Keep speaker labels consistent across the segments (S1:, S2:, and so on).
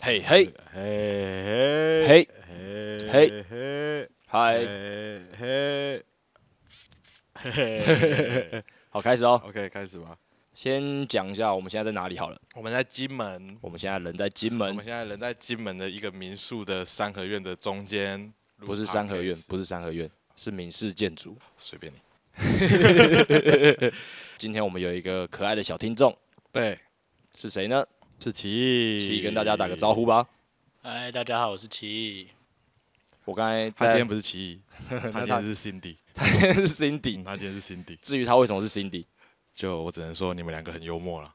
S1: 嘿嘿，
S2: 嘿
S1: 嘿
S2: 嘿
S1: 嘿
S2: 嘿
S1: 嗨，
S2: 嘿嘿嘿嘿
S1: 好，开始哦。
S2: ，OK，开始吧。
S1: 先讲一下我们现在在哪里好了。
S2: 我们在金门，
S1: 我们现在人在金
S2: 我
S1: 门
S2: 们，现在人在金门的一个民宿的三合院的中间，录
S1: 不是三合院
S2: podcast，
S1: 不是三合院，是民事建筑。
S2: 随便你。
S1: 今天我们有一个可爱的小听众，
S2: 对，
S1: 是谁呢？
S2: 是奇艺，
S1: 琪跟大家打个招。呼吧。
S3: 嗨，大家好，我是奇艺。
S1: 我刚才
S2: 他今天
S1: 在
S2: 不是奇艺， 他今天是 Cindy，
S1: 是
S2: 嗯
S1: Cindy，
S2: 他今天是 Cindy。
S1: 至于他为什么是 Cindy，
S2: 就我只能说你们两个很幽默 了，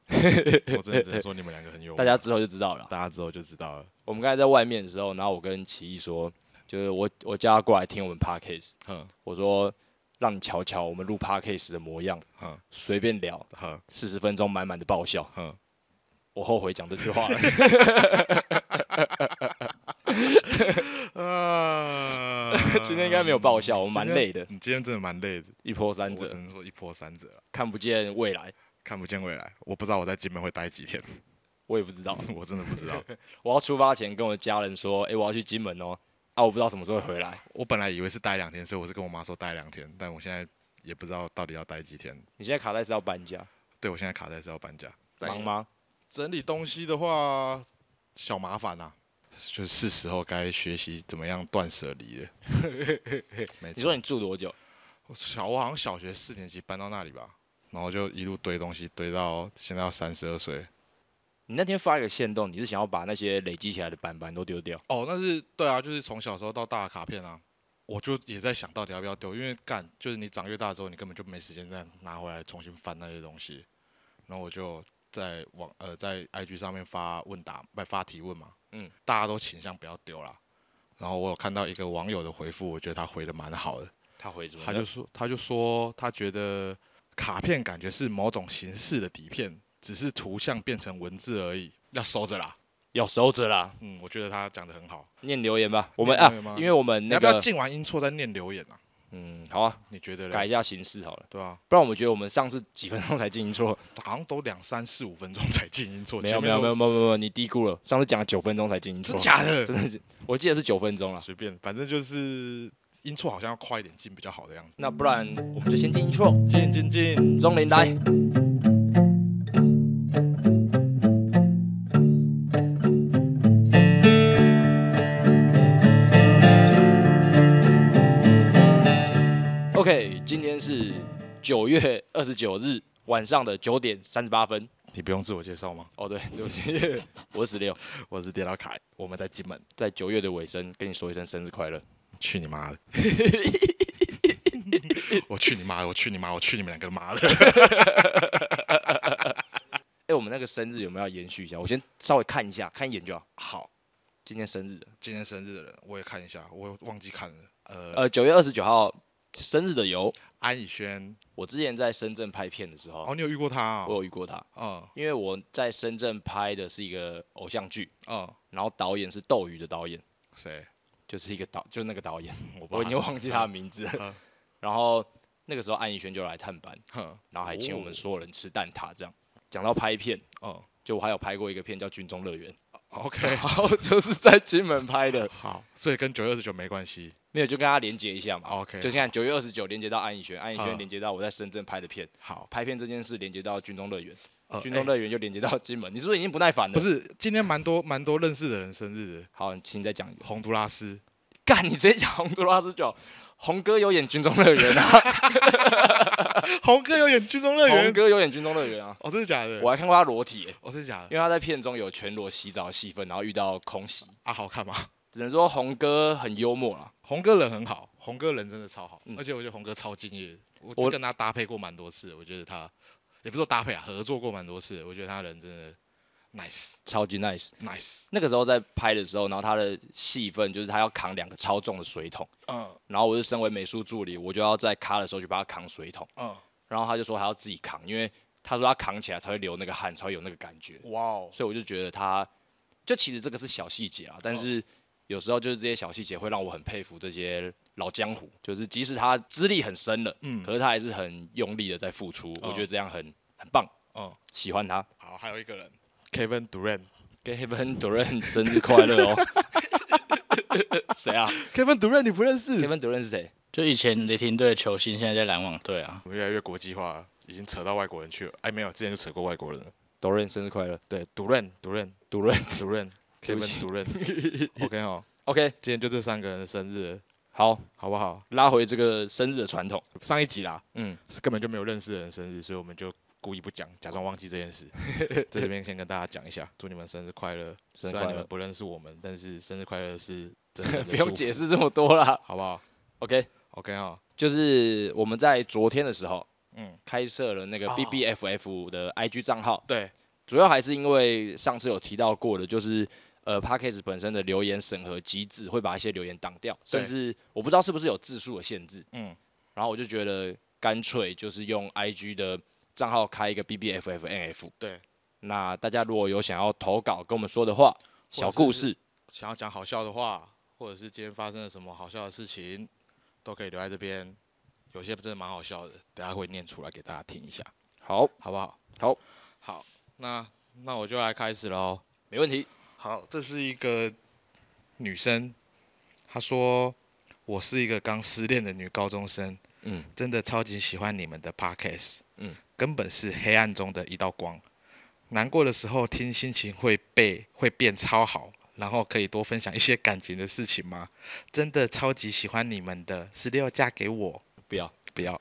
S2: 我真的只能说你们两个很幽默。
S1: 大家之后就知道了啦。
S2: 大家之后就知道了。
S1: 我们刚才在外面的时候，然后我跟奇艺说，就是我我叫他过来听我们 podcast，
S2: 哼
S1: 我说让你瞧瞧我们录 podcast 的模样，
S2: 哼
S1: 随便聊，
S2: 哼
S1: 四十分钟满满的爆笑。
S2: 哼，
S1: 我后悔讲这句话了。
S2: 啊
S1: 今天应该没有爆笑，我蛮累的，
S2: 你今天真的蛮累的，
S1: 一波
S2: 我
S1: 三
S2: 只
S1: 折，
S2: 能说一波三折了，
S1: 看不见未来，
S2: 看不见未来。我不知道我在金门会待几天，
S1: 我也不知道。
S2: 我真的不知道。
S1: 我要出发前跟我的家人说，诶，我要去金门哦，啊，我不知道什么时候会回来。
S2: 我本来以为是待两天，所以我是跟我妈说待两天，但我现在也不知道到底要待几天。
S1: 你现在卡在是要搬家，
S2: 对我现在卡在是要搬家，
S1: 忙吗？
S2: 整理东西的话，小麻烦啦、啊就是是时候该学习怎么样断舍离 了。没
S1: 你说
S2: 错，
S1: 你住多久？
S2: 我小我好像小学四年级搬到那里吧，然后就一路堆东西，堆到现在要三十二岁。
S1: 你那天发一个线动，你是想要把那些累积起来的板板都丢掉？
S2: 哦，那是对啊，就是从小时候到大的卡片啊，我就也在想到底要不要丢，因为干就是你长越大之后，你根本就没时间再拿回来重新翻那些东西。然后我就在网呃在 IG 上面发问答，不发提问嘛，
S1: 嗯，
S2: 大家都倾向不要丢啦。然后我有看到一个网友的回复，我觉得他回的蛮好的，
S1: 他回什么呢？
S2: 他就说他就说他觉得卡片感觉是某种形式的底片，只是图像变成文字而已，要收着啦。
S1: 要收着啦，
S2: 嗯，我觉得他讲的很好。
S1: 念留言吧。我们
S2: 念
S1: 啊
S2: 留言吗，
S1: 因为我们
S2: 你
S1: 那
S2: 要不要
S1: 个，
S2: 进完音错再念留言啊？
S1: 嗯，好啊，
S2: 你觉得
S1: 改
S2: 嘞？
S1: 一下形式好了，
S2: 对啊，
S1: 不然我们觉得我们上次几分钟才进行错。
S2: 好像都两三四五分钟才进音错，
S1: 没有
S2: 前
S1: 没
S2: 面
S1: 有
S2: 都
S1: 没有，没有没有，你低估了，上次讲了九分钟才进行错
S2: 真。假的？
S1: 真的是，我记得是九分钟了。
S2: 随便，反正就是音错好像要快一点进比较好的样子。
S1: 那不然我们就先进音错，
S2: 进进进，
S1: 钟林来。OK，今天是九月二十九日晚上的九点三十八分。
S2: 你不用自我介绍吗？
S1: 哦，对，对不起，我是十六，
S2: 我是跌倒凯，我们在金门。
S1: 在九月的尾声跟你说一声生日快乐。
S2: 去你妈的！ 我去你妈的！我去你妈！我去你们两个妈的！
S1: 哎、我们那个生日有没有要延续一下？我先稍微看一下，看一眼就好。
S2: 好，
S1: 今天生日了，
S2: 今天生日的人我也看一下，我忘记看了。呃，
S1: 呃，九月二十九号生日的有，
S2: 安以轩，
S1: 我之前在深圳拍片的时候，
S2: 哦，你有遇过他啊
S1: 我？有遇过他，
S2: 嗯
S1: 因为我在深圳拍的是一个偶像剧，
S2: 嗯，
S1: 然后导演是斗鱼的导演，
S2: 谁？
S1: 就是一个导，就是那个导演，
S2: 我不
S1: 我已
S2: 知
S1: 经
S2: 道
S1: 忘记他的名 字
S2: 嗯
S1: 了。然后那个时候安以轩就来探班，
S2: 哼，
S1: 然后还请我们
S2: 哦
S1: 所有人吃蛋挞这样。讲到拍片，
S2: 哦
S1: 就我还有拍过一个片叫《军中乐园》，
S2: ，OK，
S1: 然后就是在金门拍的，
S2: 好，呃所以跟九月二十九没关系。
S1: 没有就跟他连接一下嘛。
S2: OK，
S1: 就像九月二十九连接到安以轩，安以轩
S2: 嗯
S1: 连接到我在深圳拍的片，
S2: 好。
S1: 拍片这件事连接到军中乐园，
S2: 呃
S1: 军中
S2: 哎
S1: 乐园就连接到金门。你是哦不是已经不耐烦了？
S2: 不是今天蛮多蛮多认识的人生日的，
S1: 好，请你再讲一个。
S2: 洪都拉斯
S1: 干，你直接讲洪都拉斯就好。红哥有演《军中乐园》啊，
S2: 洪哥有演《军中乐
S1: 红哥有演《军中乐园》啊，
S2: 哦，真的假的？
S1: 我还看过他裸体耶、
S2: 哦，真的假的
S1: 因为他在片中有全裸洗澡的戏份，然后遇到空袭，
S2: 啊？好看吗？
S1: 只能说红哥很幽默啊啦。
S2: 洪哥人很好，洪哥人真的超好，
S1: 嗯
S2: 而且我觉得洪哥超敬业的，
S1: 我
S2: 我跟他搭配过蛮多次，我觉得他也不是说搭配啊，合作过蛮多次，我觉得他人真的 nice
S1: 超级 nice。
S2: nice，
S1: 那个时候在拍的时候，然后他的戏份就是他要扛两个超重的水桶，
S2: 嗯
S1: 然后我是身为美术助理，我就要在咖的时候去帮他扛水桶，
S2: 嗯，
S1: 然后他就说他要自己扛，因为他说他扛起来才会流那个汗，才会有那个感觉。
S2: 哇哦，
S1: 所以我就觉得他，就其实这个是小细节啊，但是有时候就是这些小细节会让我很佩服这些老江湖，就是即使他资历很深了，
S2: 嗯
S1: 可是他还是很用力的在付出，我
S2: 哦
S1: 觉得这样很很棒，
S2: 嗯，
S1: 喜欢他。
S2: 好，还有一个人 Kevin Durant，
S1: 给 Kevin Durant 生日快乐哦。 谁啊
S2: Kevin Durant 你不认识？
S1: ？Kevin Durant 是谁？
S3: 就以前雷霆队的球星，现在在篮网队啊。
S2: 我们越来越国际化了，已经扯到外国人去了。哎，没有，之前就扯过外国人了。
S1: d u r a n 生日快乐
S2: 对，Durant，Durant，Durant，Durant。
S1: ，Durant。对 不
S2: Kevin
S1: 起
S2: Durant，OK 哦，
S1: OK，
S2: 今天就这三个人的生日，
S1: 好，
S2: 好不好？
S1: 拉回这个生日的传统。
S2: 上一集啦，
S1: 嗯，
S2: 是根本就没有认识的人生日，所以我们就故意不讲，假装忘记这件 事。在这边先跟大家讲一下，祝你们生日快乐！
S1: 生
S2: 虽
S1: 日
S2: 然
S1: 快
S2: 你们
S1: 乐，
S2: 不认识我们，但是生日快乐是真正的
S1: 不用
S2: 祝福
S1: 解，释这么多啦。
S2: 好不好
S1: OK，
S2: ？OK 哦，
S1: 就是我们在昨天的时候
S2: 嗯，
S1: 开设了那个
S3: 哦
S1: BBFF 的 IG 账号，
S2: 对，
S1: 主要还是因为上次有提到过的，就是呃 p a c k a g e 本身的留言审核机制会把一些留言挡掉，
S2: 对
S1: 甚至我不知道是不是有字数的限制。
S2: 嗯，
S1: 然后我就觉得干脆就是用 IG 的账号开一个 BBFFNF。
S2: 对，
S1: 那大家如果有想要投稿跟我们说的话，
S2: 者
S1: 小故
S2: 是
S1: 事，
S2: 想要讲好笑的话，或者是今天发生了什么好笑的事情，都可以留在这边。有些真的蛮好笑的，等下会念出来给大家听一下，
S1: 好，
S2: 好不好？
S1: 好，
S2: 好，那那我就来开始喽。
S1: 没问题。
S2: 好，这是一个女生，她说：“我是一个刚失恋的女高中生，
S1: 嗯，
S2: 真的超级喜欢你们的 podcast，
S1: 嗯，
S2: 根本是黑暗中的一道光。难过的时候听，心情会被会变超好，然后可以多分享一些感情的事情吗？真的超级喜欢你们的，十六嫁给我，
S1: 不要。
S2: 不要。”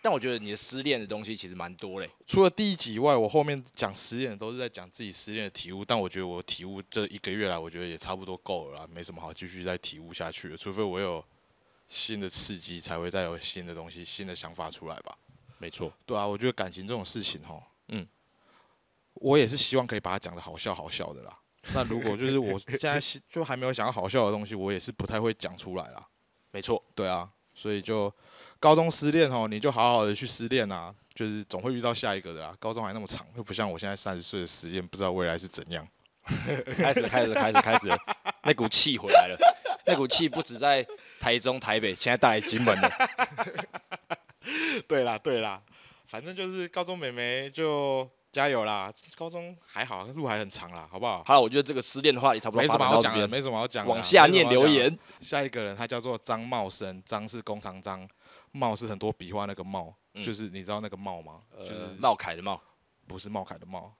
S1: 但我觉得你的失恋的东西其实蛮多嘞。
S2: 除了第一集以外，我后面讲失恋都是在讲自己失恋的体悟，但我觉得我体悟这一个月来，我觉得也差不多够了啦，没什么好继续再体悟下去了，除非我有新的刺激，才会再有新的东西、新的想法出来吧。
S1: 没错，
S2: 对啊，我觉得感情这种事情哈，
S1: 嗯，
S2: 我也是希望可以把它讲的好笑好笑的啦。那如果就是我现在是就还没有想要好笑的东西，我也是不太会讲出来啦。
S1: 没错，
S2: 对啊，所以就高中失恋哦，你就好好的去失恋啊，就是总会遇到下一个的啦。高中还那么长，又不像我现在三十岁的时间，不知道未来是怎样。
S1: 开始，开始，开始，开始了，那股气回来了。那股气不止在台中、台北，现在带来金门了。
S2: 对啦，对啦，反正就是高中妹妹就加油啦。高中还好，路还很长啦，好不好？
S1: 好了，我觉得这个失恋的话题差不多
S2: 没什
S1: 发展
S2: 么好
S1: 到这
S2: 讲的，
S1: 边，
S2: 没什么好讲的啊。
S1: 往下
S2: 没什
S1: 念
S2: 么好讲
S1: 留
S2: 的。
S1: 言。
S2: 下一个人他叫做张茂生，张是工长张，茂是很多笔画那个茂，
S1: 嗯
S2: 就是你知道那个茂吗？就是
S1: 呃，茂凯的茂，
S2: 不是茂凯的茂，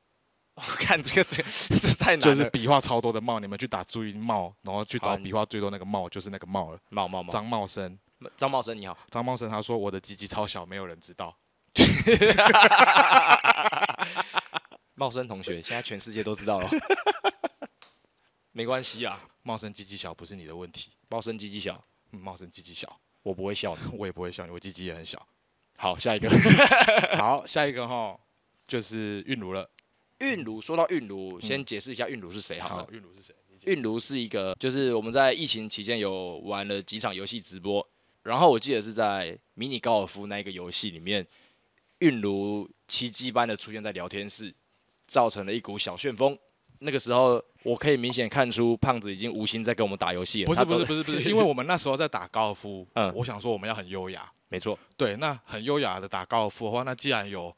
S1: 我 看这个这个这太难了。
S2: 就是笔画超多的茂，你们去打注音茂，然后去
S1: 好
S2: 找
S1: 你
S2: 笔画最多那个茂，就是那个茂了。
S1: 茂茂茂
S2: 张茂生，
S1: 张茂生，你好。
S2: 张茂生他说我的鸡鸡超小，没有人知道。
S1: 茂生同学，现在全世界都知 道了，没关系啊，
S2: 茂生鸡鸡小不是你的问题，
S1: 茂生鸡鸡小，
S2: 嗯茂生鸡鸡小，
S1: 我不会笑你。
S2: 我也不会笑你，我鸡鸡也 很小。
S1: 好，下一个
S2: 好，下一个哈，就是韵如了。
S1: 韵如，说到韵如，先解释一下韵如是谁好
S2: 嗯好
S1: 了，。
S2: 韵如是谁？你解释
S1: 韵如是一个，就是我们在疫情期间有玩了几场游戏直播，然后我记得是在迷你高尔夫那一个游戏里面，韵如奇迹般的出现在聊天室，造成了一股小旋风。那个时候，我可以明显看出胖子已经无心在跟我们打游戏了。
S2: 不
S1: 他
S2: 是
S1: 都
S2: 不是，不是不 是，因为我们那时候在打高尔夫，
S1: 嗯
S2: 我想说我们要很优雅，
S1: 没错，
S2: 对，那很优雅的打高尔夫的话，那既然有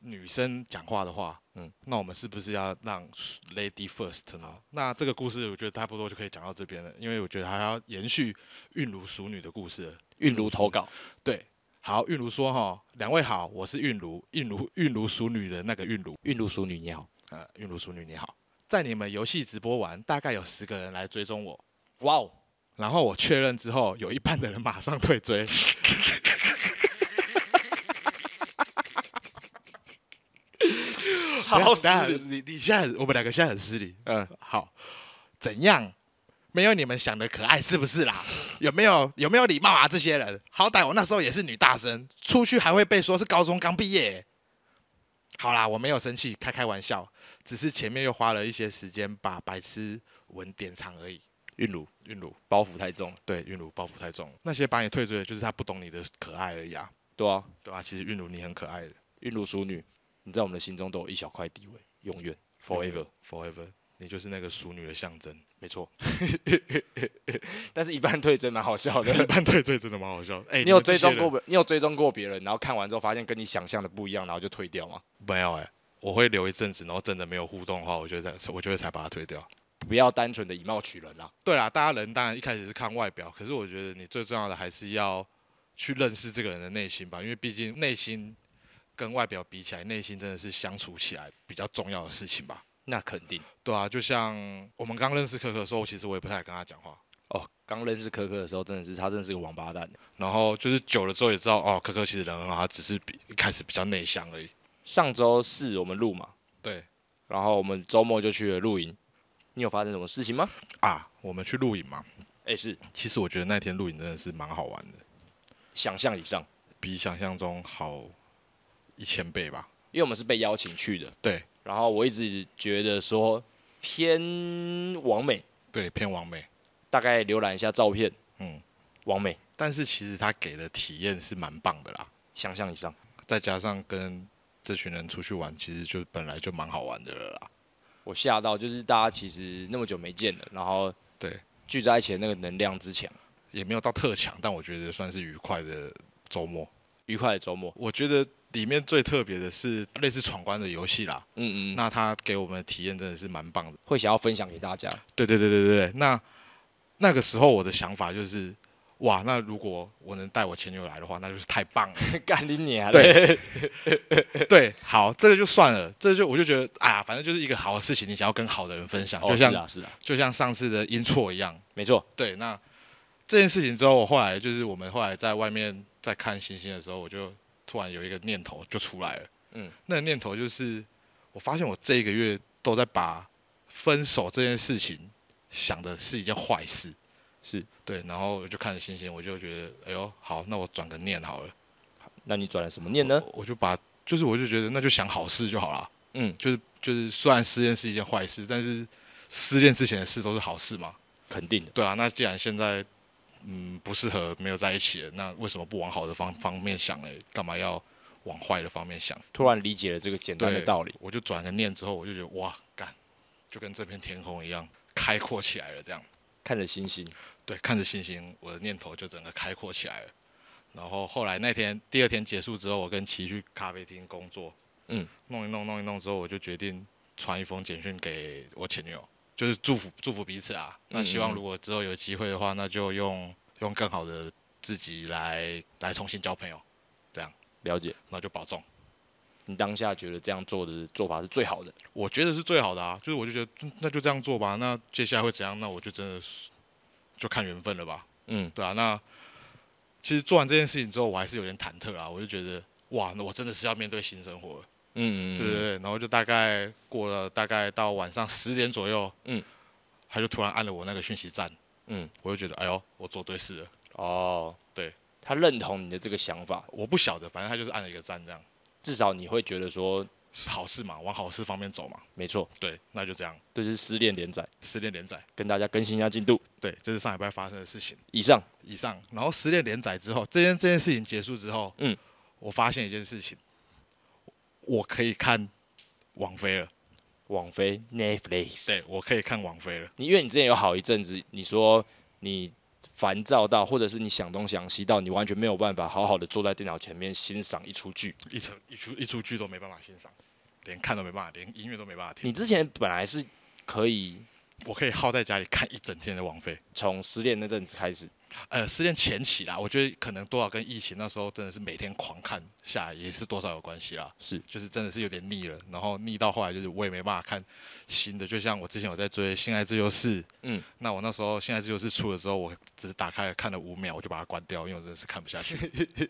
S2: 女生讲话的话，
S1: 嗯
S2: 嗯，那我们是不是要让 lady first 呢？那这个故事我觉得差不多就可以讲到这边了，因为我觉得还要延续韵如淑女的故事了。
S1: 韵如投稿。
S2: 对，好，韵如说哈，两位好，我是韵如，韵如韵如淑女的那个韵如，
S1: 韵如淑女你好，
S2: 呃，韵如淑女你好，在你们游戏直播完，大概有十个人来追踪我，
S1: 哇哦，
S2: 然后我确认之后，有一半的人马上退追。
S1: 超
S2: 等一下
S1: 市
S2: 你你现在很我们两个现在很失礼。
S1: 嗯
S2: 嗯，好，怎样？没有你们想的可爱是不是啦？有没有有没有礼貌啊？这些人，好歹我那时候也是女大生，出去还会被说是高中刚毕业。好啦，我没有生气，开开玩笑，只是前面又花了一些时间把白痴文点长而已。
S1: 韵如
S2: 韵如
S1: 包袱太重了，
S2: 对韵如包袱太重了，那些把你退追的，就是他不懂你的可爱而已啊，
S1: 对啊，
S2: 对吧、其实韵如你很可爱的
S1: 韵如淑女，你在我们的心中都有一小块地位，永远 forever，
S2: ，forever，你就是那个淑女的象征。
S1: 没错。 但是，一半退追蛮好笑的
S2: 一。般退追真的蛮好笑的。哎、
S1: 你有
S2: 们这
S1: 追
S2: 些
S1: 踪
S2: 人
S1: 过别？你有追踪过别人，然后看完之后发现跟你想象的不一样，然后就退掉吗？
S2: 没有哎、我会留一阵子，然后真的没有互动的话，我就会再 我就会才把它推掉。
S1: 不要单纯的以貌取人啊啦。
S2: 对啦，大家人当然一开始是看外表，可是我觉得你最重要的还是要去认识这个人的内心吧，因为毕竟内心跟外表比起来，内心真的是相处起来比较重要的事情吧。
S1: 那肯定
S2: 对啊，就像我们刚认识可可的时候，其实我也不太跟他讲话，
S1: 哦。刚认识可可的时候，真的是他真的是个王八蛋，
S2: 然后就是久了之后也知道，哦，可可其实人很好，他只是比一开始比较内向而已。
S1: 上周四我们录嘛，
S2: 对
S1: 然后我们周末就去了露营。你有发生什么事情吗？
S2: 啊，我们去露营嘛，
S1: 哎、是
S2: 其实我觉得那天露营真的是蛮好玩的，
S1: 想象以上，
S2: 比想象中好一千倍吧。
S1: 因为我们是被邀请去的。
S2: 对。
S1: 然后我一直觉得说偏完美，
S2: 对，偏完美。
S1: 大概浏览一下照片，
S2: 嗯，
S1: 完美，
S2: 但是其实他给的体验是蛮棒的啦，
S1: 想象以上。
S2: 再加上跟这群人出去玩，其实就本来就蛮好玩的了啦。
S1: 我吓到，就是大家其实那么久没见了，然后
S2: 对
S1: 聚在一起的那个能量之强，
S2: 也没有到特强，但我觉得算是愉快的周末。
S1: 愉快的周末。
S2: 我觉得里面最特别的是类似闯关的游戏啦，
S1: 嗯嗯，
S2: 那他给我们的体验真的是蛮棒的。
S1: 会想要分享给大家。
S2: 对对对对对对，那那个时候我的想法就是，哇，那如果我能带我前女友来的话，那就是太棒了。
S1: 干你娘！
S2: 对，对，好，这个就算了，这个就我就觉得啊，反正就是一个好的事情，你想要跟好的人分享，
S1: 哦，
S2: 就是像、
S1: 啊是啊，
S2: 就像上次的阴错一样。
S1: 没错。
S2: 对，那这件事情之后，我后来就是我们后来在外面在看星星的时候，我就突然有一个念头就出来了。
S1: 嗯，
S2: 那个念头就是，我发现我这一个月都在把分手这件事情想的是一件坏事。
S1: 是
S2: 对，然后我就看着星星，我就觉得，哎呦，好，那我转个念好了。
S1: 那你转了什么念呢？
S2: 我我就把，就是我就觉得那就想好事就好了。
S1: 嗯，
S2: 就是就是，虽然失恋是一件坏事，但是失恋之前的事都是好事嘛。
S1: 肯定的，
S2: 对啊，那既然现在嗯不适合，没有在一起了，那为什么不往好的方方面想呢？干嘛要往坏的方面想？
S1: 突然理解了这个简单的
S2: 对
S1: 道理。
S2: 我就转个念之后，我就觉得哇，干，就跟这片天空一样开阔起来了，这样。
S1: 看着星星，
S2: 对，看着星星，我的念头就整个开阔起来了。然后后来那天第二天结束之后，我跟琪去咖啡厅工作，
S1: 嗯，
S2: 弄一弄弄一弄之后，我就决定传一封简讯给我前女友，就是祝福祝福彼此啊。那希望
S1: 嗯嗯
S2: 如果之后有机会的话，那就用用更好的自己来来重新交朋友，
S1: 了解。
S2: 那就保重。
S1: 你当下觉得这样做的做法是最好的，
S2: 我觉得是最好的啊，就是我就觉得嗯那就这样做吧。那接下来会怎样？那我就真的是就看缘分了吧。
S1: 嗯，
S2: 对啊，那其实做完这件事情之后，我还是有点忐忑啊，我就觉得哇，那我真的是要面对新生活了，
S1: 嗯嗯，嗯
S2: 对对，对。然后就大概过了大概到晚上十点左右，
S1: 嗯，
S2: 他就突然按了我那个讯息站，
S1: 嗯，
S2: 我就觉得哎呦，我做对事了。
S1: 哦，
S2: 对，
S1: 他认同你的这个想法，
S2: 我不晓得，反正他就是按了一个站，这样
S1: 至少你会觉得说，
S2: 是好事嘛，往好事方面走嘛。
S1: 没错，
S2: 对，那就这样，
S1: 这是失恋连载，
S2: 失恋连载，
S1: 跟大家更新一下进度。
S2: 对，这是上礼拜发生的事情。
S1: 以上，
S2: 以上，然后失恋连载之后，这件这件事情结束之后，
S1: 嗯，
S2: 我发现一件事情，我可以看王菲了。
S1: 网飞 Netflix，
S2: 对，我可以看王菲了。
S1: 你因为你之前有好一阵子，你说你烦躁到，或者是你想东想西到，你完全没有办法好好的坐在电脑前面欣赏一出剧。
S2: 一出一出一出剧都没办法欣赏，连看都没办法，连音乐都没办法听。
S1: 你之前本来是可以
S2: 我可以耗在家里看一整天的王菲。
S1: 从失恋那阵子开始，
S2: 呃，失恋前期啦，我觉得可能多少跟疫情那时候真的是每天狂看下来也是多少有关系啦。
S1: 是
S2: 就是真的是有点腻了，然后腻到后来就是我也没办法看新的，就像我之前有在追《性爱自由室》，
S1: 嗯，
S2: 那我那时候《性爱自由室》出了之后，我只是打开了看了五秒，我就把它关掉，因为我真的是看不下 去。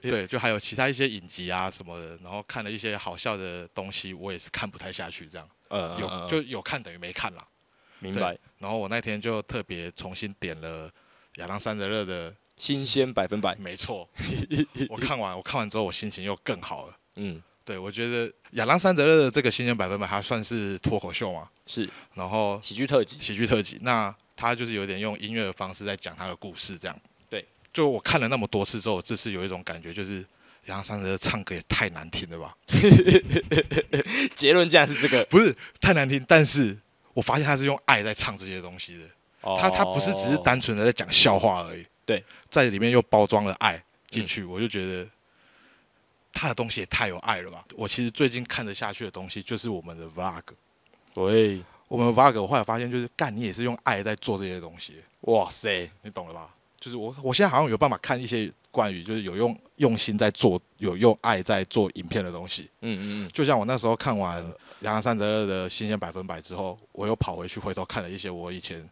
S2: 对，就还有其他一些影集啊什么的，然后看了一些好笑的东西，我也是看不太下去，这样
S1: 呃，
S2: 有就有看等于没看啦。
S1: 明白，
S2: 然后我那天就特别重新点了亚当·桑德勒的《
S1: 新鲜百分百，
S2: 没错，我看完，我看完之后，我心情又更好了。
S1: 嗯，
S2: 对，我觉得亚当·桑德勒的这个新人百分百，他算是脱口秀嘛，
S1: 是
S2: 然后
S1: 喜剧特辑，
S2: 喜剧特辑，那他就是有点用音乐的方式在讲他的故事，这样。
S1: 对，
S2: 就我看了那么多次之后，这次有一种感觉，就是亚当·桑德勒唱歌也太难听了吧？
S1: 结论竟然是这个，
S2: 不是太难听，但是我发现他是用爱在唱这些东西的，他他不是只是
S1: 哦
S2: 单纯的在讲笑话而已。
S1: 对，嗯
S2: 在里面又包装了爱进去，我就觉得他的东西也太有爱了吧！我其实最近看得下去的东西就是我们的 vlog，
S1: 喂，
S2: 我们的 vlog 我后来发现就是干，你也是用爱在做这些东西，
S1: 哇塞，
S2: 你懂了吧？就是我我现在好像有办法看一些关于就是有用用心在做有用爱在做影片的东西，
S1: 嗯嗯
S2: 就像我那时候看完《洋洋三十二》的新鲜百分百之后，我又跑回去回头看了一些我以前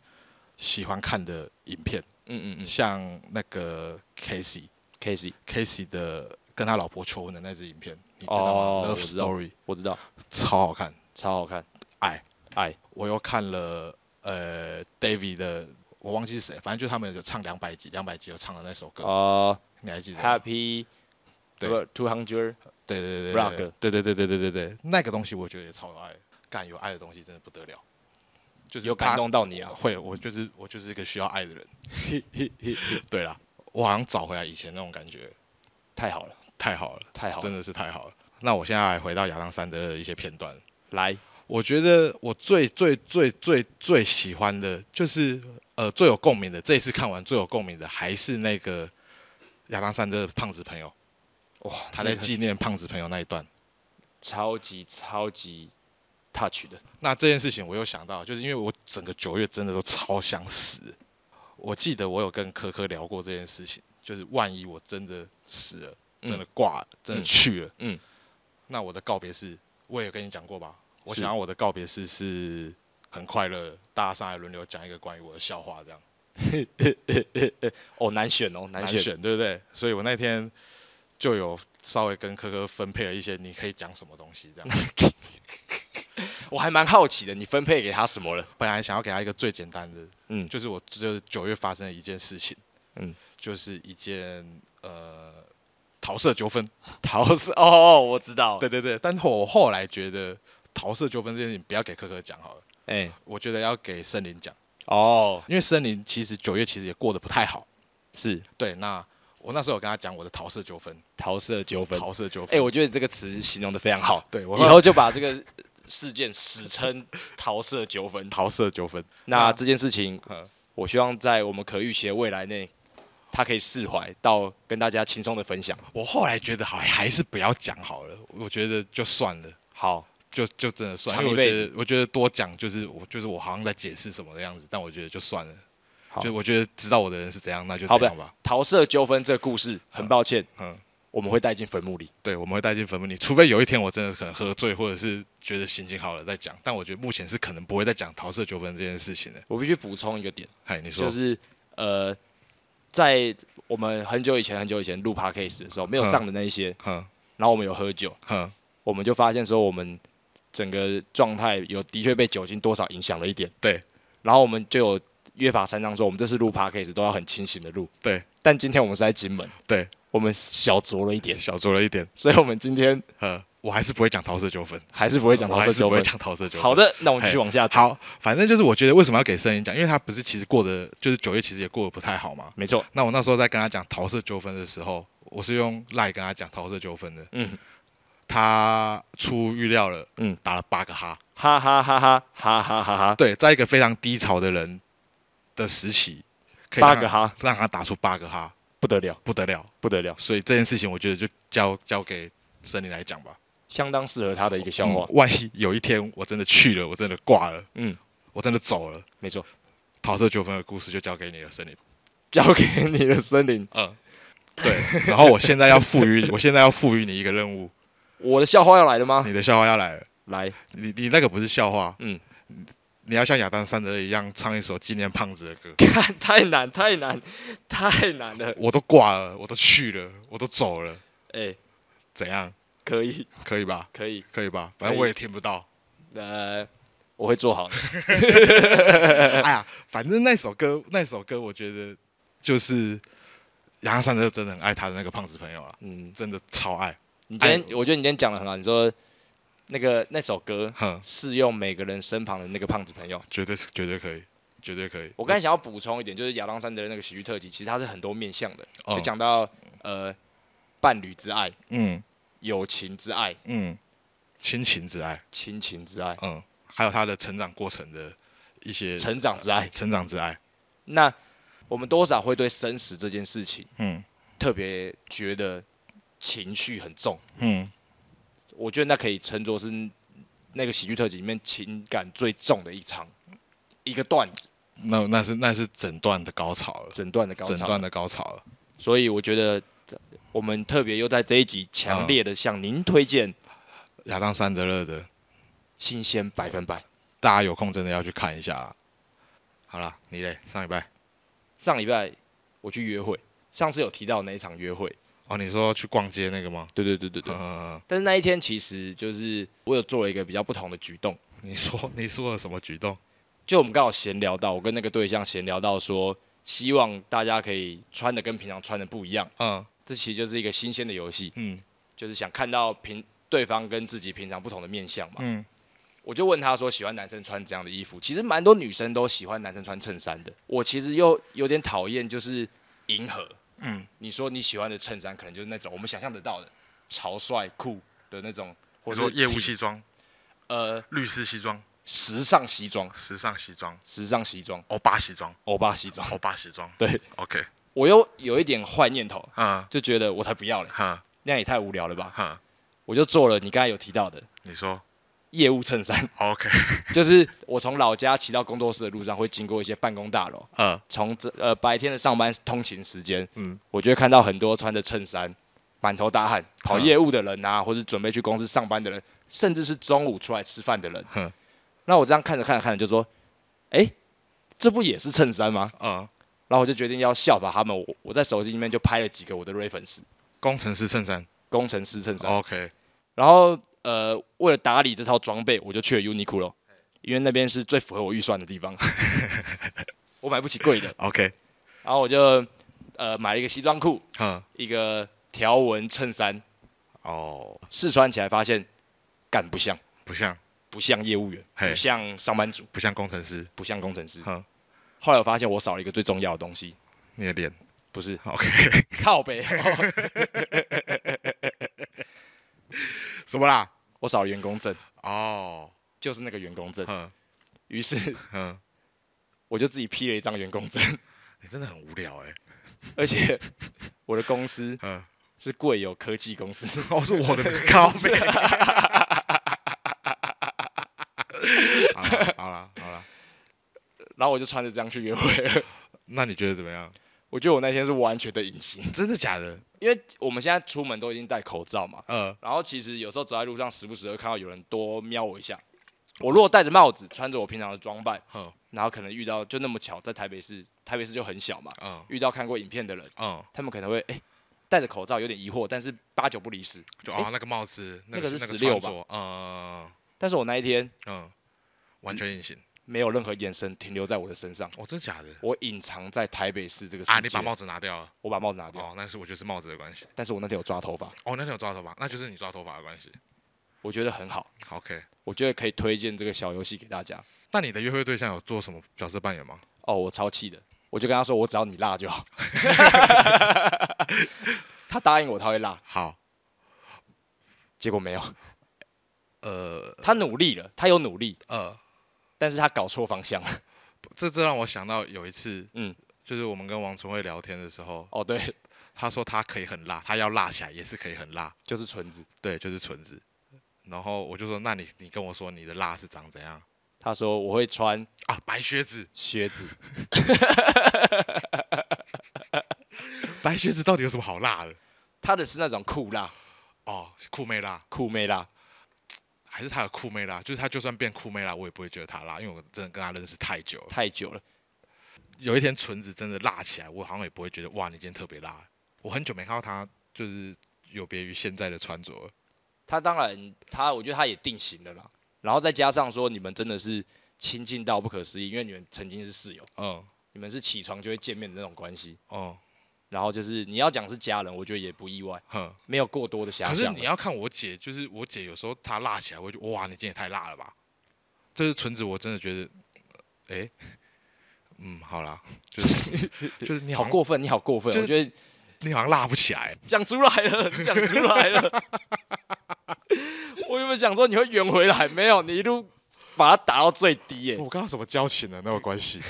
S2: 喜欢看的影片，
S1: 嗯嗯嗯
S2: 像那个 Casey
S1: ，Casey，
S2: Casey 的跟他老婆求婚的那支影片，你知道吗、
S1: 哦
S2: l o
S1: 我
S2: v e
S1: 知道
S2: Story
S1: 我知道，
S2: 超好看，
S1: 超好看，
S2: 爱
S1: 爱，
S2: 我又看了呃 David 的，我忘记是谁，反正就他们有唱两百集，两百集有唱的那首歌，
S1: 呃
S2: 你还记得吗？
S1: ，Happy，
S2: 对
S1: ，Two Hundred，
S2: 对对对
S1: Rock
S2: 对对对对对对对对，那个东西我觉得也超有爱，干有爱的东西真的不得了，就是
S1: 有
S2: 他
S1: 感动到你啊，
S2: 会，我就是我就是一个需要 爱的人。对啦，我好像找回来以前那种感觉，
S1: 太好了，
S2: 太好了，
S1: 太好
S2: 真
S1: 了，
S2: 的是太好了。那我现在回到亚当·山德的一些片段，
S1: 来，
S2: 我觉得我最最最最最喜欢的就是呃最有共鸣的，这一次看完最有共鸣的还是那个亚当·山德的胖子朋友，
S1: 哇，
S2: 他在
S1: 那个
S2: 纪念胖子朋友那一段。
S1: 超级超级 touch 的，
S2: 那这件事情我又想到，就是因为我整个九月真的都超想死。我记得我有跟科科聊过这件事情，就是万一我真的死了，
S1: 嗯
S2: 真的挂了，真的去了，
S1: 嗯
S2: 那我的告别式，我也有跟你讲过吧？我
S1: 是
S2: 想要我的告别式是很快乐的，大家上来轮流讲一个关于我的笑话，这样
S1: 哦，难选哦，难
S2: 难
S1: 选，
S2: 选，对不对？所以我那天就有稍微跟科科分配了一些你可以讲什么东西，这样。
S1: 我还蛮好奇的，你分配给他什么 了？
S2: 本来想要给他一个最简单的，
S1: 嗯
S2: 就是我就是九月发生的一件事情，
S1: 嗯，
S2: 就是一件呃桃色纠纷，
S1: 桃色， 哦哦，我知道，
S2: 对对对，但我后来觉得桃色纠纷这件事情不要给科科讲好了，
S1: 哎，
S2: 我觉得要给森林讲，
S1: 哦，
S2: 因为森林其实九月其实也过得不太好，
S1: 是
S2: 对，那我那时候有跟他讲我的桃色纠纷，
S1: 桃色纠纷，
S2: 桃色纠
S1: 哎，
S2: 纷，
S1: 我觉得这个词形容的非常好，
S2: 对我
S1: 以后就把这个事件史 称桃色纠纷。
S2: 桃色纠纷，
S1: 那这件事情
S2: 嗯，
S1: 我希望在我们可预期的未来内，他可以释怀到跟大家轻松的分享。
S2: 我后来觉得好还是不要讲好了，我觉得就算了。
S1: 好，
S2: 就就真的算，
S1: 藏一
S2: 因为我
S1: 辈
S2: 觉得我觉得多讲就是我就是我好像在解释什么的样子，但我觉得就算了，
S1: 好
S2: 就我觉得知道我的人是怎样，那就
S1: 好
S2: 这样吧。
S1: 桃色纠纷这个故事，很抱歉，
S2: 嗯，
S1: 我们会带进坟墓里。
S2: 对，我们会带进坟墓里，除非有一天我真的可能喝醉，或者是觉得心情好了再讲。但我觉得目前是可能不会再讲桃色纠纷这件事情的。
S1: 我必须补充一个点，
S2: 嗨，你说，
S1: 就是呃，在我们很久以前、很久以前录 podcast 的时候，没有
S2: 嗯
S1: 上的那一些，
S2: 哼
S1: 然后我们有喝酒，
S2: 哼，
S1: 我们就发现说我们整个状态有的确被酒精多少影响了一点。
S2: 对，
S1: 然后我们就有约法三章说，我们这次录 podcast 都要很清醒的录。
S2: 对，
S1: 但今天我们是在金门，
S2: 对，
S1: 我们小酌了一点，
S2: 小酌了一点，
S1: 所以我们今天
S2: 呵，我还是不会讲桃色纠纷，
S1: 还是不会讲
S2: 我
S1: 桃
S2: 还
S1: 色
S2: 是
S1: 纠
S2: 不会
S1: 纷。
S2: 讲桃色纠纷。
S1: 好的，那我们继续往下谈。
S2: 好，反正就是我觉得为什么要给森林讲，因为他不是其实过得就是九月其实也过得不太好嘛。
S1: 没错，
S2: 那我那时候在跟他讲桃色纠纷的时候，我是用赖跟他讲桃色纠纷的。
S1: 嗯，
S2: 他出乎预料了，
S1: 嗯
S2: 嗯，打了八个哈。
S1: 哈哈哈哈哈哈哈哈，
S2: 对，在一个非常低潮的人的时期，可以
S1: 八
S2: 让
S1: 个
S2: 他
S1: 哈，
S2: 让他打出八个哈，
S1: 不得了，
S2: 不得了。
S1: 不得了，
S2: 所以这件事情，我觉得就交交给森林来讲吧。
S1: 相当适合他的一个笑话
S2: 嗯。万一有一天我真的去了，我真的挂了，
S1: 嗯，
S2: 我真的走了，
S1: 没错，
S2: 桃色纠纷的故事就交给你了，森林。
S1: 交给你的森林，
S2: 嗯，对。然后我现在要赋予，我现在要赋予你一个任务，
S1: 我的笑话要来了吗？
S2: 你的笑话要来了。
S1: 来，
S2: 你你那个不是笑话，
S1: 嗯
S2: 嗯，你要像亚当·桑德勒一样唱一首纪念胖子的歌。
S1: 看，太难，太难，太难了。
S2: 我都挂了，我都去了，我都走了，
S1: 哎，
S2: 怎样？
S1: 可以，
S2: 可以吧？
S1: 可以，
S2: 可以吧？
S1: 可以
S2: 反正我也听不到。
S1: 呃，我会做好的。呃
S2: 哎呀，反正那首歌，那首歌，我觉得就是亚当·桑德勒真的很爱他的那个胖子朋友啊，
S1: 嗯，
S2: 真的超爱。
S1: 你今天，我觉得你今天讲的很好。你说那个那首歌
S2: 哼，
S1: 适用每个人身旁的那个胖子朋友。
S2: 绝对绝对可以，绝对可以。
S1: 我刚才想要补充一点，就是亚当山德的那个喜剧特辑，其实它是很多面向的，
S2: 哦
S1: 就讲到呃伴侣之爱、
S2: 嗯
S1: 友情之爱、
S2: 嗯，亲情之爱，
S1: 亲情之爱、
S2: 嗯，还有他的成长过程的一些
S1: 成长之爱。
S2: 成长之爱，
S1: 那我们多少会对生死这件事情
S2: 嗯
S1: 特别觉得情绪很重，
S2: 嗯，
S1: 我觉得那可以称作是那个喜剧特辑里面情感最重的一场一个段子，
S2: 那那是那是整段的高潮了，
S1: 整段的高
S2: 整
S1: 潮。
S2: 段的高潮了。
S1: 所以我觉得我们特别又在这一集强烈的向您推荐《
S2: 亚当·桑德勒的，
S1: 新鲜百分百》。
S2: 大家有空真的要去看一下啦。好啦，你嘞，上礼拜
S1: 上礼拜我去约会，上次有提到那一场约会，
S2: 哦，你说去逛街那个吗？
S1: 对对对对对。
S2: 嗯，
S1: 但是那一天其实就是我有做了一个比较不同的举动，
S2: 你说你说了什么举动？
S1: 就我们刚好闲聊到，我跟那个对象闲聊到说，希望大家可以穿的跟平常穿的不一样，
S2: 嗯
S1: 这其实就是一个新鲜的游戏，
S2: 嗯
S1: 就是想看到平对方跟自己平常不同的面相嘛。
S2: 嗯，
S1: 我就问他说喜欢男生穿怎样的衣服？其实蛮多女生都喜欢男生穿衬衫的。我其实又有点讨厌，就是迎合。
S2: 嗯，
S1: 你说你喜欢的衬衫，可能就是那种我们想象得到的潮帅酷的那种，或
S2: 我
S1: 者
S2: 说
S1: 是
S2: 业务
S1: 体
S2: 西装、
S1: 呃
S2: 律师西装、
S1: 时尚西装、
S2: 时尚西装、
S1: 时尚西装、
S2: 欧巴西装、
S1: 欧巴西装。
S2: 欧巴西装。
S1: 对
S2: ，OK，
S1: 我又有一点坏念头，
S2: 嗯
S1: 就觉得我才不要嘞，
S2: 哼
S1: 那样也太无聊了吧？
S2: 哼，
S1: 我就做了你刚才有提到的
S2: 你说
S1: 业务衬衫，
S2: OK，
S1: 就是我从老家骑到工作室的路上会经过一些办公大楼，
S2: 嗯
S1: 从这呃白天的上班通勤时间，
S2: 嗯
S1: 嗯，我就会看到很多穿着衬衫、满头大汗跑业务的人啊，或者准备去公司上班的人，甚至是中午出来吃饭的
S2: 哼
S1: 人。那我这样看着看着看着就说，哎、这不也是衬衫吗？
S2: 嗯，
S1: 然后我就决定要效法他们，我我在手机里面就拍了几个我的 reference
S2: 工程师衬衫
S1: 工程师衬衫，
S2: OK，
S1: 然后呃为了打理这套装备，我就去了 Uniqlo，因为那边是最符合我预算的地方， 我买不起贵的，
S2: OK，
S1: 然后我就呃买了一个西装裤，
S2: 嗯
S1: 一个条纹衬衫，
S2: 哦，
S1: 试穿起来发现，干不像，
S2: 不像
S1: 不像业务员，
S2: 嘿
S1: 不像上班族，
S2: 不像工程师，
S1: 不像工程师
S2: 哼。
S1: 后来我发现我少了一个最重要的东西，
S2: 你的脸
S1: 不 是
S2: OK，
S1: 靠背，
S2: 什么啦？
S1: 我少了员工证，
S2: 哦，
S1: 就是那个员工证。
S2: 哼
S1: 于是
S2: 哼，
S1: 我就自己批了一张员工证，
S2: 你真的很无聊 哎。
S1: 而且我的公司
S2: 嗯，
S1: 是贵友科技公司，
S2: 哦，是我的高妹。 好啦好啦好啦，
S1: 然后我就穿着这样去约会。
S2: 那你觉得怎么样？
S1: 我觉得我那天是完全的隐形，
S2: 真的假的？
S1: 因为我们现在出门都已经戴口罩嘛，
S2: 呃，
S1: 然后其实有时候走在路上，时不时会看到有人多瞄我一下。我如果戴着帽子，穿着我平常的装扮，
S2: 哼，
S1: 然后可能遇到就那么巧，在台北市，台北市就很小嘛，
S2: 嗯
S1: 遇到看过影片的人，
S2: 嗯，
S1: 他们可能会哎、戴着口罩有点疑惑，但是八九不离十。
S2: 就
S1: 诶
S2: 啊那个帽子，
S1: 那个
S2: 是
S1: 是
S2: 那个
S1: 16
S2: 穿着，嗯
S1: 但是我那一天
S2: 嗯，完全隐形。
S1: 没有任何眼神停留在我的身上，
S2: 哦，真的假的？
S1: 我隐藏在台北市这个世界。
S2: 啊，你把帽子拿掉了。
S1: 我把帽子拿掉，
S2: 哦，那是我觉得是帽子的关系。
S1: 但是我那天有抓头发，
S2: 哦，那天有抓头发，那就是你抓头发的关系。
S1: 我觉得很好，
S2: 好 OK，
S1: 我觉得可以推荐这个小游戏给大家。
S2: 那你的约会对象有做什么角色扮演吗？
S1: 哦，我超气的，我就跟他说我只要你辣就好。 他答应我他会辣，
S2: 好，
S1: 结果没有，
S2: 呃
S1: 他努力了，他有努力，
S2: 呃，
S1: 但是他搞错方向了。
S2: 这这让我想到有一次，嗯
S1: 嗯，
S2: 就是我们跟王春慧聊天的时候，
S1: 哦，对，
S2: 他说他可以很辣，他要辣起来也是可以很辣，
S1: 就是纯子。
S2: 对，就是纯子。然后我就说，那你你跟我说你的辣是长怎样
S1: 他说我会穿
S2: 啊？白靴子，
S1: 靴子，
S2: 白靴子到底有什么好辣的？
S1: 他的是那种酷辣、
S2: 哦，酷妹辣，
S1: 酷妹辣。
S2: 还是他有酷妹辣？就是他就算变酷妹辣，我也不会觉得他辣，因为我真的跟他认识太久了。
S1: 太久了，
S2: 有一天纯子真的辣起来，我好像也不会觉得哇，你今天特别辣。我很久没看到他就是有别于现在的穿着了。
S1: 他当然他，我觉得他也定型了啦。然后再加上说，你们真的是亲近到不可思议，因为你们曾经是室友，
S2: 嗯，
S1: 你们是起床就会见面的那种关系。
S2: 哦、
S1: 然后就是你要讲是家人，我觉得也不意外，
S2: 哼。
S1: 没有过多的遐
S2: 可是
S1: 想啊
S2: 你
S1: 了。
S2: 要看我姐，就是我姐有时候她辣起来，我就哇，你今天也太辣了吧！这是纯子，我真的觉得，哎、嗯，好啦，就是就是你好
S1: 好
S2: 像
S1: 过分，你好过分！
S2: 就是
S1: 我觉得
S2: 你好像辣不起来，
S1: 讲出来了，讲出来 了。我原本想说你会圆回来，没有，你一路把它打到最低耶、
S2: 我刚刚什么交情的那个关系，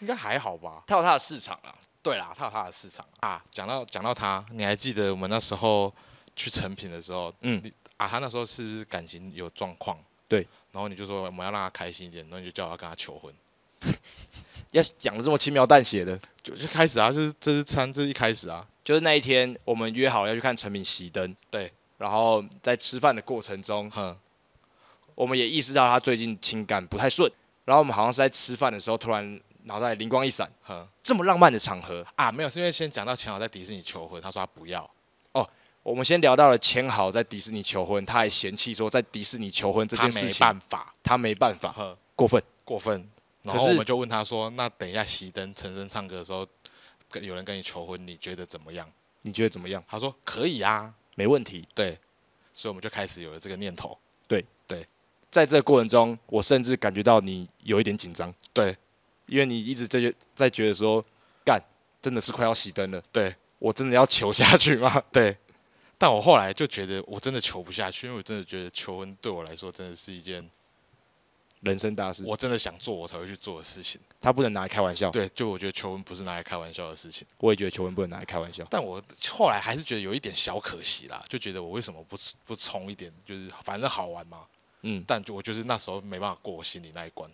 S2: 应该还好吧？
S1: 他有他的市场啊，
S2: 对啦，他有他的市场啊。讲到讲到他，你还记得我们那时候去成品的时候，
S1: 嗯
S2: 你，啊，他那时候是不是感情有状况？
S1: 对。
S2: 然后你就说我们要让他开心一点，然后你就叫他跟他求婚，
S1: 要讲的这么轻描淡写的，
S2: 就就开始啊，就是这是餐，这是一开始啊，
S1: 就是那一天我们约好要去看成品熄灯，
S2: 对，
S1: 然后在吃饭的过程中，
S2: 哼，
S1: 我们也意识到他最近情感不太顺，然后我们好像是在吃饭的时候突然脑袋灵光一闪，
S2: 哼
S1: 这么浪漫的场合，
S2: 啊，没有，是因为先讲到钱好在迪士尼求婚，他说他不要，
S1: 我们先聊到了千豪在迪士尼求婚，他还嫌弃说在迪士尼求婚这
S2: 他
S1: 件事
S2: 没
S1: 情
S2: 办法，
S1: 他没办法，
S2: 哼，
S1: 过分。
S2: 过分。然
S1: 可
S2: 后
S1: 是
S2: 我们就问他说，那等一下熄灯，陈升唱歌的时候，跟有人跟你求婚，你觉得怎么样？
S1: 你觉得怎么样？
S2: 他说可以啊，
S1: 没问题。
S2: 对，所以我们就开始有了这个念头，
S1: 在这个过程中，我甚至感觉到你有一点紧张，
S2: 对
S1: 因为你一直在觉在觉得说，干，真的是快要熄灯了，
S2: 对
S1: 我真的要求下去吗？
S2: 对。但我后来就觉得我真的求不下去，因为我真的觉得求婚对我来说真的是一件
S1: 人生大事，
S2: 我真的想做我才会去做的事情。
S1: 他不能拿来开玩笑。
S2: 对，就我觉得求婚不是拿来开玩笑的事情。
S1: 我也觉得求婚不能拿来开玩笑。
S2: 但我后来还是觉得有一点小可惜啦，就觉得我为什么不不冲一点，就是反正好玩嘛。
S1: 嗯，
S2: 但就我就是那时候没办法过我心里那一关，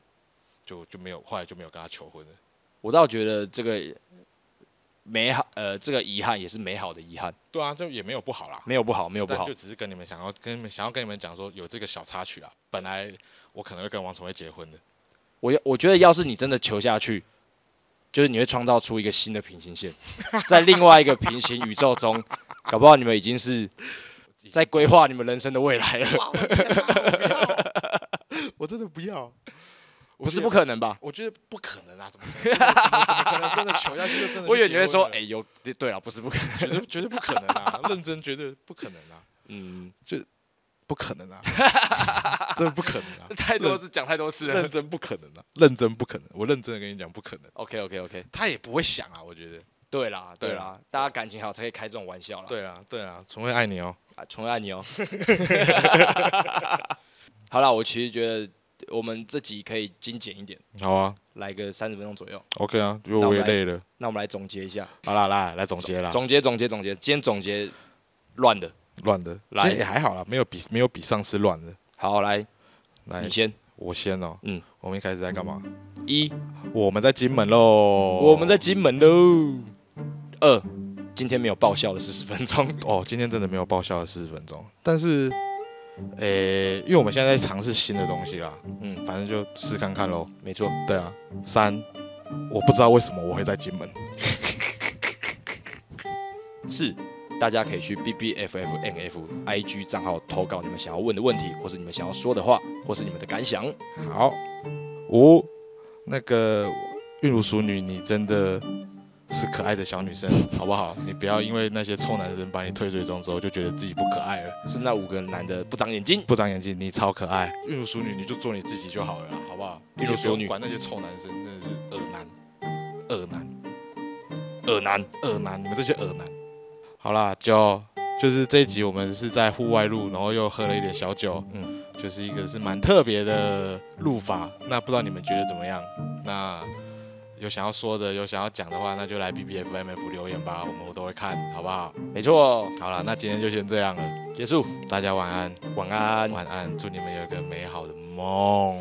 S2: 就就没有后来就没有跟他求婚了。
S1: 我倒觉得这个美好，呃，这个遗憾也是美好的遗憾，
S2: 对啊，就也没有不好啦。
S1: 没有不好，没有不
S2: 但
S1: 好
S2: 就。只是跟你们想要跟你们想要跟你们讲说有这个小插曲啊，本来我可能会跟王崇惠结婚的，
S1: 我要我觉得，要是你真的求下去，就是你会创造出一个新的平行 线，在另外一个平行宇宙中，搞不好你们已经是在规划你们人生的未来了。
S2: 我真的不要，
S1: 不是不，可能吧？
S2: 我觉得不可能啊，怎么可能？ 怎么怎么可能真的求下去就真的去结婚了？
S1: 我以为你会说，哎、有对对了，不是不可能。
S2: 绝对绝对不可能 啊，认真绝对不可能啊，
S1: 嗯，
S2: 不可能啊，真的不可能啊，
S1: 太多次讲太多次了
S2: 认。真不可能啊，认真不可能，我认真的跟你讲不可能，
S1: OK OK OK，
S2: 他也不会想啊，我觉得，
S1: 对啦对
S2: 对
S1: 啦
S2: 啦，
S1: 大家感情好才可以开这种玩笑啦。
S2: 对啊对啊，崇惠爱你哦，
S1: 啊，崇爱你哦。 好啦，我其实觉得我们这集可以精简一点，
S2: 好啊
S1: 来个三十分钟左右。
S2: ，OK 啊，因为我也累了，
S1: 那我们来总结一下，
S2: 好啦啦，来总结啦，
S1: 总结总结总结，今天总结乱的。
S2: 乱的，
S1: 来
S2: 其实也还好啦，没有比没有比上次乱的，
S1: 好，来
S2: 来
S1: 你先，
S2: 我先哦，
S1: 嗯，
S2: 我们一开始在干嘛？
S1: 一
S2: 我们在金门喽，我
S1: 我们在金门喽。二，今天没有爆笑的四十分钟。
S2: 哦，今天真的没有爆笑的四十分钟，但是，诶、因为我们现在在尝试新的东西啦，
S1: 嗯
S2: 嗯，反正就试看看喽。
S1: 没错，
S2: 对啊，三，我不知道为什么我会在金门，
S1: 四，大家可以去 B B F F N F I G 账号投稿你们想要问的问题，或是你们想要说的话，或是你们的感想。
S2: 好，五，那个韵如淑女，你真的是可爱的小女生，好不好？你不要因为那些臭男生把你退追踪之后，就觉得自己不可爱了。
S1: 是那五个男的不长眼睛。
S2: 不长眼睛，你超可爱。韵如淑女，你就做你自己就好了啦，好不好？
S1: 韵如淑女
S2: 你也不用管那些臭男生，真的是恶男，恶男。
S1: 二男，
S2: 耳男，你们这些耳男。好啦，就就是这一集我们是在户外录，然后又喝了一点小酒，
S1: 嗯
S2: 嗯，就是一个是蛮特别的录法。那不知道你们觉得怎么样？那有想要说的，有想要讲的话，那就来 B B F M F 留言吧，我们我都会看，好不好？
S1: 没错，
S2: 好啦，那今天就先这样了，
S1: 结束，
S2: 大家晚安，
S1: 晚安。
S2: 晚安，祝你们有一个美好的梦。